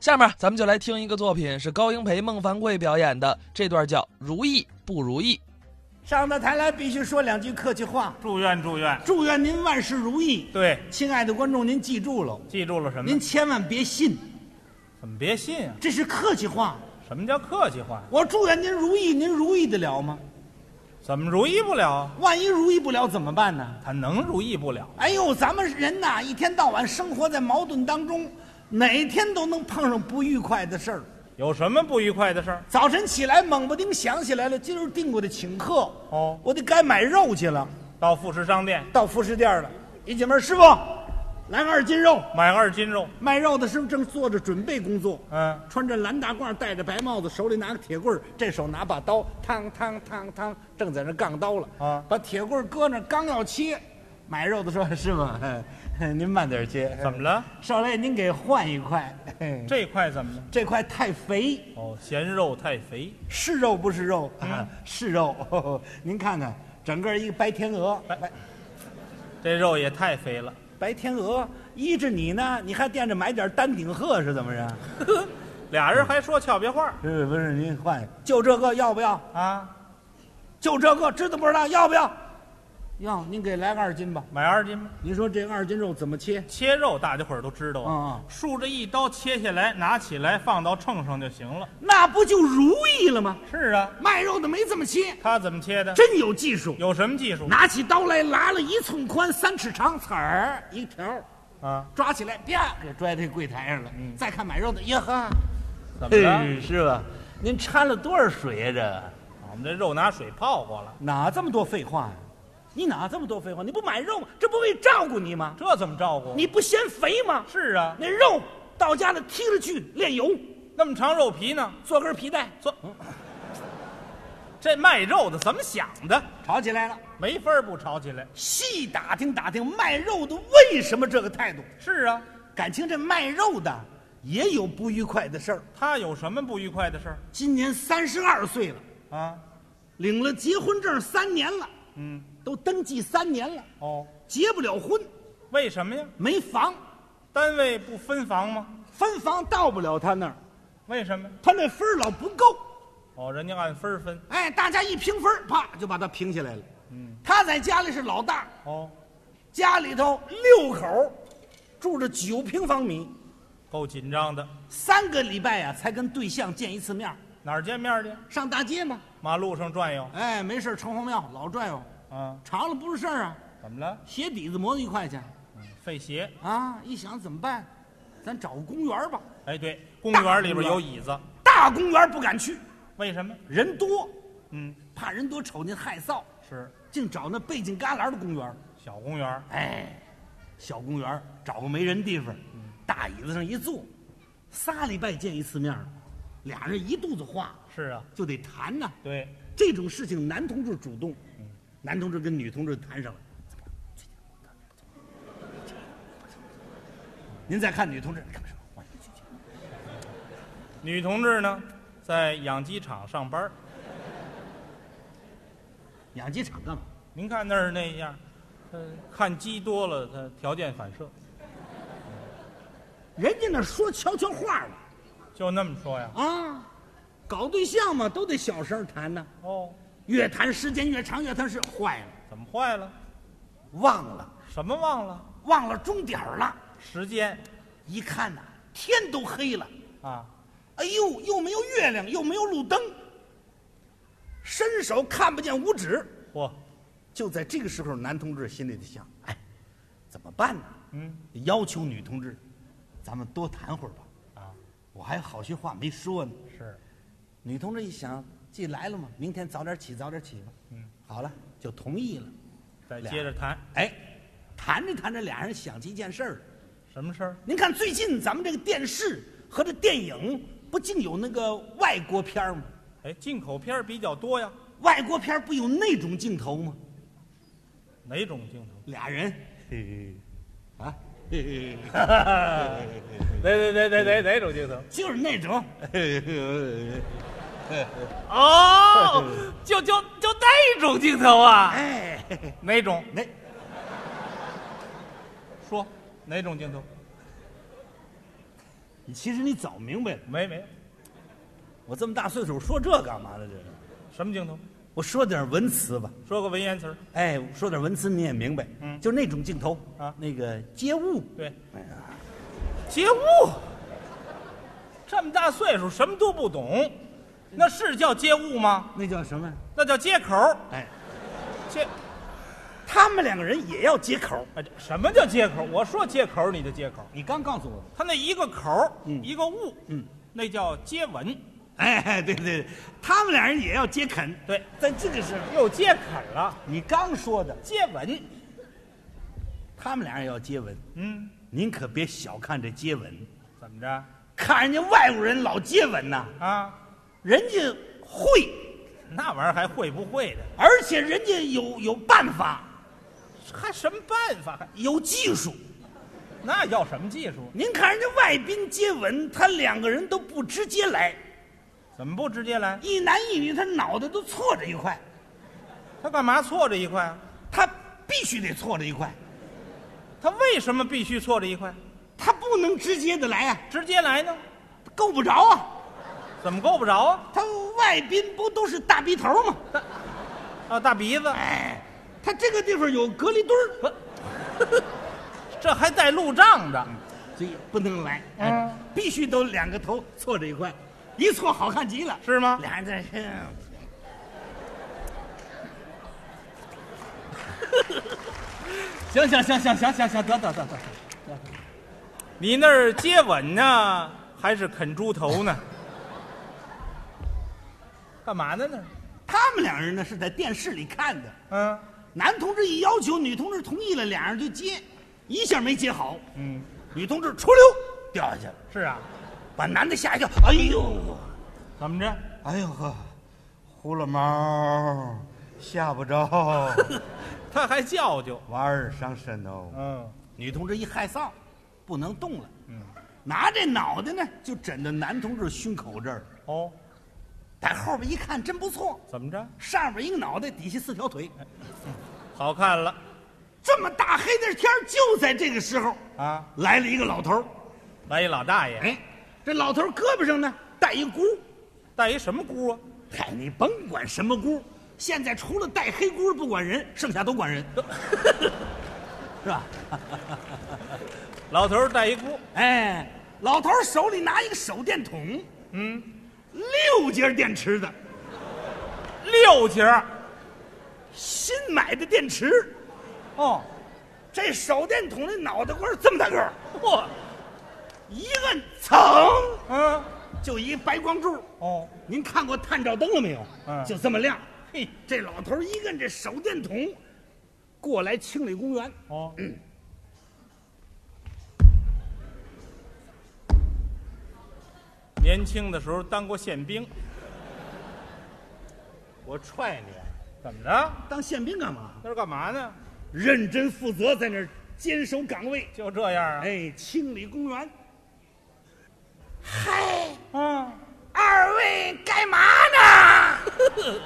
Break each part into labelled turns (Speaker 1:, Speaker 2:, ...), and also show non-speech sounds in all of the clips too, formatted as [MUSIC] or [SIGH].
Speaker 1: 下面咱们就来听一个作品，是高英培、孟凡贵表演的，这段叫《如意不如意》。
Speaker 2: 上到台来必须说两句客气话。
Speaker 3: 祝愿祝愿。
Speaker 2: 祝愿您万事如意。
Speaker 3: 对，
Speaker 2: 亲爱的观众，您记住喽，
Speaker 3: 记住了什么？
Speaker 2: 您千万别信，
Speaker 3: 怎么别信啊？
Speaker 2: 这是客气话。
Speaker 3: 什么叫客气话？
Speaker 2: 我祝愿您如意，您如意得了吗？
Speaker 3: 怎么如意不了啊？
Speaker 2: 万一如意不了怎么办呢？
Speaker 3: 他能如意不了？
Speaker 2: 哎呦，咱们人呐，一天到晚生活在矛盾当中，哪天都能碰上不愉快的事儿。
Speaker 3: 有什么不愉快的事儿？
Speaker 2: 早晨起来猛不丁想起来了，今儿定我得请客
Speaker 3: 哦
Speaker 2: 我得该买肉去了。
Speaker 3: 到副食商店
Speaker 2: 到副食店了，一进门，师傅，来二斤肉。
Speaker 3: 买二斤肉。
Speaker 2: 卖肉的师傅正做着准备工作，
Speaker 3: 嗯，
Speaker 2: 穿着蓝大褂，戴着白帽子，手里拿个铁棍儿，这手拿把刀，汤汤汤汤，正在那杠刀了
Speaker 3: 啊
Speaker 2: 把铁棍儿搁那儿，刚要切，买肉的说：“ [LAUGHS] 师傅，嘿您慢点切，
Speaker 3: 怎么了？
Speaker 2: 少爷您给换一块，嘿
Speaker 3: 这块怎么了？
Speaker 2: 这块太肥，
Speaker 3: 哦，嫌肉太肥。
Speaker 2: 是肉不是肉？啊 [LAUGHS] 是肉 [LAUGHS] 呵呵您看看，整个一个白天鹅，
Speaker 3: 白
Speaker 2: 白
Speaker 3: 这肉也太肥了，
Speaker 2: 白天鹅，依着你呢，你还惦着买点丹顶鹤是怎么 [LAUGHS] 着？
Speaker 3: 俩人还说俏皮话
Speaker 2: 不是不是，您换，就这个要不要？”
Speaker 3: 啊！
Speaker 2: 就这个，知道不知道？要不要？要，您给来个二斤吧。
Speaker 3: 买二斤吧，
Speaker 2: 您说这二斤肉怎么切？
Speaker 3: 切肉大家伙儿都知道啊
Speaker 2: 嗯，嗯
Speaker 3: 竖着一刀切下来，拿起来放到秤上就行了。
Speaker 2: 那不就如意了吗？
Speaker 3: 是啊，
Speaker 2: 卖肉的没这么切，
Speaker 3: 他怎么切的？
Speaker 2: 真有技术。
Speaker 3: 有什么技术
Speaker 2: 拿起刀来，拉了一寸宽，三尺长，刺儿一条，
Speaker 3: 啊？
Speaker 2: 抓起来，啪，给拽这柜台上了。再看买肉的，呀呵，
Speaker 3: 怎么了？
Speaker 2: 师傅，您掺了多少水呀、这
Speaker 3: 我们这肉拿水泡过了，
Speaker 2: 哪这么多废话呀、啊你哪这么多废话？你不买肉吗？这不为照顾你吗？
Speaker 3: 这怎么照顾？
Speaker 2: 你不嫌肥吗？
Speaker 3: 是啊，
Speaker 2: 那肉到家了，剔了去，炼油，
Speaker 3: 那么长肉皮呢？
Speaker 2: 做根皮带，
Speaker 3: 做这卖肉的怎么想的？
Speaker 2: 吵起来了。
Speaker 3: 没法儿不吵起来。
Speaker 2: 细打听打听卖肉的为什么这个态度，
Speaker 3: 是啊，
Speaker 2: 感情这卖肉的也有不愉快的事儿。
Speaker 3: 他有什么不愉快的事儿
Speaker 2: 今年三十二岁了，
Speaker 3: 啊？
Speaker 2: 领了结婚证三年了，
Speaker 3: 嗯，
Speaker 2: 都登记三年了，
Speaker 3: 哦，
Speaker 2: 结不了婚，
Speaker 3: 为什么呀？
Speaker 2: 没房，
Speaker 3: 单位不分房吗？
Speaker 2: 分房到不了他那儿，
Speaker 3: 为什么呀？
Speaker 2: 他那分儿老不够。
Speaker 3: 哦，人家按分儿分。
Speaker 2: 哎，大家一评分儿，啪就把他评起来了。嗯，他在家里是老大，
Speaker 3: 哦，
Speaker 2: 家里头六口儿，住着九平方米，
Speaker 3: 够紧张的。
Speaker 2: 三个礼拜呀、啊才跟对象见一次面儿，
Speaker 3: 哪儿见面去？
Speaker 2: 上大街嘛，
Speaker 3: 马路上转悠
Speaker 2: 哎，没事儿城隍庙老转悠，
Speaker 3: 啊？
Speaker 2: 长了不是事儿啊，
Speaker 3: 怎么了？
Speaker 2: 鞋底子磨一块钱
Speaker 3: 费鞋？
Speaker 2: 啊，一想怎么办，咱找个公园儿吧，
Speaker 3: 哎，对，公园里边有椅子，
Speaker 2: 大公园儿不敢去，
Speaker 3: 为什么？
Speaker 2: 人多，
Speaker 3: 嗯，
Speaker 2: 怕人多瞅见害臊，
Speaker 3: 是
Speaker 2: 净找那背景旮旯的公园儿，
Speaker 3: 小公园儿，
Speaker 2: 哎，小公园儿找个没人地方，大椅子上一坐，仨礼拜见一次面儿，俩人一肚子话
Speaker 3: 是啊，
Speaker 2: 就得谈呐、
Speaker 3: 对，
Speaker 2: 这种事情男同志主动，男同志跟女同志谈上了。您再看女同志，干嘛说
Speaker 3: 女同志呢，在养鸡场上班儿。
Speaker 2: 养鸡场干嘛？
Speaker 3: 您看那儿那样，她看鸡多了，她条件反射，
Speaker 2: 人家那说悄悄话呢
Speaker 3: 就那么说呀。
Speaker 2: 啊，搞对象嘛都得小声谈呢、
Speaker 3: 哦，
Speaker 2: 越谈时间越长，越谈是坏了，
Speaker 3: 怎么坏了？
Speaker 2: 忘了
Speaker 3: 什么忘了？
Speaker 2: 忘了终点儿了。
Speaker 3: 时间
Speaker 2: 一看呐、天都黑了，
Speaker 3: 啊，
Speaker 2: 哎呦，又没有月亮，又没有路灯，伸手看不见五指。
Speaker 3: 嚯，
Speaker 2: 就在这个时候，男同志心里就想：哎，怎么办呢？
Speaker 3: 嗯，
Speaker 2: 要求女同志，咱们多谈会儿吧。
Speaker 3: 啊，
Speaker 2: 我还有好些话没说呢。
Speaker 3: 是，
Speaker 2: 女同志一想，既来了嘛，明天早点起，早点起吧。嗯，好了，就同意了。
Speaker 3: 再
Speaker 2: 俩
Speaker 3: 接着谈
Speaker 2: 哎，谈着谈着，俩人想起一件事儿来。
Speaker 3: 什么事儿？
Speaker 2: 您看最近咱们这个电视和这电影，不净有那个外国片儿吗？
Speaker 3: 哎，进口片儿比较多呀，
Speaker 2: 外国片儿不有那种镜头吗？
Speaker 3: 哪种镜头？
Speaker 2: 俩人，嘿嘿，啊，嘿嘿。
Speaker 3: 哪哪哪哪哪哪种镜头？
Speaker 2: 就是那种，
Speaker 3: [LAUGHS] 哦，就就就那种镜头啊？
Speaker 2: 哎，
Speaker 3: 哪种？
Speaker 2: 那
Speaker 3: 说哪种镜头？
Speaker 2: 你其实你早明白了，
Speaker 3: 没没，
Speaker 2: 我这么大岁数说这干嘛呢？这是，
Speaker 3: 什么镜头？
Speaker 2: 我说点文词吧。
Speaker 3: 说个文言词儿
Speaker 2: 哎，说点文词你也明白，
Speaker 3: 嗯
Speaker 2: 就那种镜头
Speaker 3: 啊
Speaker 2: 那个接物，
Speaker 3: 对，
Speaker 2: 哎呀，
Speaker 3: 接物。这么大岁数，什么都不懂，那是叫接物吗？
Speaker 2: 那叫什么？
Speaker 3: 那叫接口儿。
Speaker 2: 哎，
Speaker 3: 接，
Speaker 2: 他们两个人也要接口。
Speaker 3: 哎，这什么叫接口儿？我说接口儿，你就接口儿。
Speaker 2: 你刚告诉我，
Speaker 3: 他那一个口儿，
Speaker 2: 嗯
Speaker 3: 一个物，
Speaker 2: 嗯，
Speaker 3: 那叫接吻。
Speaker 2: 哎，对对对，他们俩人也要接啃。
Speaker 3: 对，
Speaker 2: 但这个是
Speaker 3: 又接口儿了，
Speaker 2: 你刚说的，
Speaker 3: 接吻。
Speaker 2: 他们俩人要接吻，
Speaker 3: 嗯，
Speaker 2: 您可别小看这接吻，
Speaker 3: 怎么着
Speaker 2: 看人家外国人老接吻呐，
Speaker 3: 啊？
Speaker 2: 人家会，
Speaker 3: 那玩意儿还会不会的？
Speaker 2: 而且人家有有办法，
Speaker 3: 还什么办法？
Speaker 2: 有技术。
Speaker 3: 那要什么技术？
Speaker 2: 您看人家外宾接吻，他两个人都不直接来，
Speaker 3: 怎么不直接来？
Speaker 2: 一男一女，他脑袋都错着一块，
Speaker 3: 他干嘛错这一块啊？
Speaker 2: 他必须得错着一块，
Speaker 3: 他为什么必须错这一块？
Speaker 2: 他不能直接的来啊，
Speaker 3: 直接来呢？
Speaker 2: 够不着啊。
Speaker 3: 怎么够不着啊？
Speaker 2: 他外宾不都是大鼻头吗？
Speaker 3: 啊，大鼻子，
Speaker 2: 哎，他这个地方有隔离墩儿，
Speaker 3: 这还带路障的。
Speaker 2: 所以不能来，哎，必须都两个头错着一块，一错好看极了，
Speaker 3: 是吗
Speaker 2: 俩人在嗯
Speaker 3: 行行行行行行行，得得得得。你那儿接吻呢，还是啃猪头呢？干嘛呢呢？
Speaker 2: 他们两人呢是在电视里看的，
Speaker 3: 嗯
Speaker 2: 男同志一要求，女同志同意了，俩人就接，一下没接好，
Speaker 3: 嗯，
Speaker 2: 女同志出溜掉下去了，
Speaker 3: 是啊，
Speaker 2: 把男的吓一跳，哎呦，
Speaker 3: 怎么着？
Speaker 4: 哎呦呵，胡了毛，吓不着，
Speaker 3: [LAUGHS] 他还叫究。
Speaker 4: 娃儿伤身哦。
Speaker 3: 嗯，
Speaker 2: 女同志一害臊，不能动了，拿这脑袋呢就枕着男同志胸口这儿，
Speaker 3: 哦，
Speaker 2: 在后边一看真不错，
Speaker 3: 怎么着？
Speaker 2: 上边一个脑袋，底下四条腿，
Speaker 3: 好看了
Speaker 2: 这么大黑的天儿就在这个时候，
Speaker 3: 啊！
Speaker 2: 来了一个老头儿，
Speaker 3: 来一老大爷，
Speaker 2: 哎，这老头儿胳膊上呢带一箍，
Speaker 3: 带一什么箍啊？
Speaker 2: 嗨，你甭管什么箍，现在除了带黑箍不管人，剩下都管人，是吧？
Speaker 3: 老头儿带一箍，
Speaker 2: 哎，老头儿手里拿一个手电筒，
Speaker 3: 嗯，
Speaker 2: 六节电池的，
Speaker 3: 六节儿
Speaker 2: 新买的电池，
Speaker 3: 哦，
Speaker 2: 这手电筒的脑袋瓜儿这么大个儿，
Speaker 3: 嚯，
Speaker 2: 一摁噌
Speaker 3: 嗯，
Speaker 2: 就一白光柱。
Speaker 3: 哦，
Speaker 2: 您看过探照灯了没有？
Speaker 3: 嗯
Speaker 2: 就这么亮。
Speaker 3: 嘿，
Speaker 2: 这老头一摁这手电筒，过来清理公园。
Speaker 3: 哦，年轻的时候当过宪兵，
Speaker 2: 我踹你！
Speaker 3: 怎么着？
Speaker 2: 当宪兵干嘛？
Speaker 3: 那是干嘛呢？
Speaker 2: 认真负责，在那儿坚守岗位，
Speaker 3: 就这样啊？
Speaker 2: 哎，清理公园。嗨，啊
Speaker 3: 嗯，
Speaker 2: 二位干嘛呢？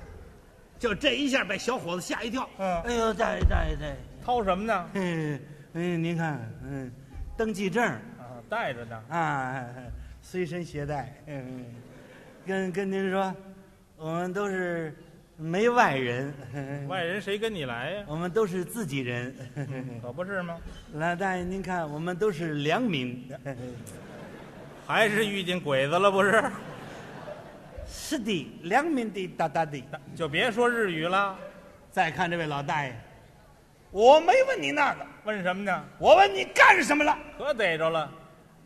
Speaker 2: [LAUGHS] 就这一下把小伙子吓一跳。
Speaker 3: 嗯
Speaker 2: 哎呦，大爷大爷大爷，
Speaker 3: 掏什么呢？
Speaker 2: 嗯
Speaker 4: 哎
Speaker 2: 嗯，您看，嗯，登记证。
Speaker 3: 啊，带着呢。
Speaker 4: 啊，随身携带。嗯，跟跟您说，我们都是没外人，
Speaker 3: 外人谁跟你来呀？
Speaker 4: 我们都是自己人。
Speaker 3: 可不是吗？
Speaker 4: 老大爷，您看，我们都是良民。
Speaker 3: 还是遇见鬼子了不 [LAUGHS] 是？
Speaker 4: 是的，良民的哒哒的。
Speaker 3: 就别说日语了，
Speaker 4: 再看这位老大爷，
Speaker 2: 我没问你那个，
Speaker 3: 问什么呢？
Speaker 2: 我问你干什么了？
Speaker 3: 可逮着了，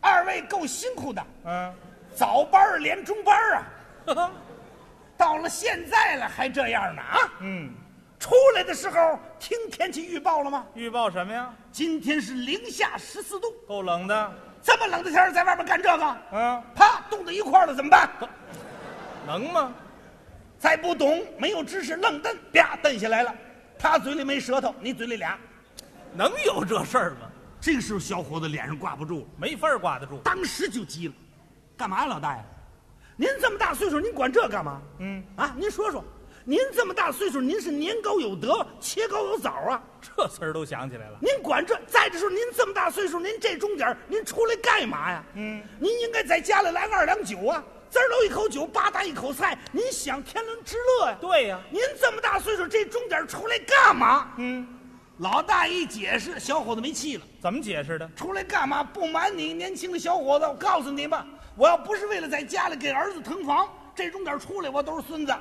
Speaker 2: 二位够辛苦的，
Speaker 3: 嗯，
Speaker 2: 早班儿连中班儿啊，到了现在了还这样呢啊！
Speaker 3: [LAUGHS] 嗯，
Speaker 2: 出来的时候听天气预报了吗？
Speaker 3: 预报什么呀？
Speaker 2: 今天是零下十四度，
Speaker 3: 够冷的，
Speaker 2: 这么冷的天儿在外边干这个，
Speaker 3: 嗯，
Speaker 2: 啪冻到一块儿了怎么办？
Speaker 3: 能吗？
Speaker 2: 再不懂没有知识愣蹬，啪蹬下来了，他嘴里没舌头，你嘴里俩。
Speaker 3: 能有这事儿吗？
Speaker 2: 这个时候小伙子脸上挂不住了，
Speaker 3: 没法挂得住。
Speaker 2: 当时就急了，干嘛呀，老大爷？您这么大岁数，您管这干嘛？
Speaker 3: 嗯，
Speaker 2: 啊，您说说，您这么大岁数，您是年高有德，且高有枣啊！
Speaker 3: 这词儿都想起来了。
Speaker 2: 您管这，再者说您这么大岁数，您这钟点儿您出来干嘛呀？嗯，您应该在家里来个二两酒啊，滋儿溜一口酒，吧嗒一口菜，您享天伦之乐呀、
Speaker 3: 对呀、
Speaker 2: 您这么大岁数，这钟点儿出来干嘛？
Speaker 3: 嗯，
Speaker 2: 老大一解释，小伙子没气了。
Speaker 3: 怎么解释的？
Speaker 2: 出来干嘛？不瞒你，年轻的小伙子，我告诉你吧，我要不是为了在家里给儿子腾房，这钟点出来我都是孙子。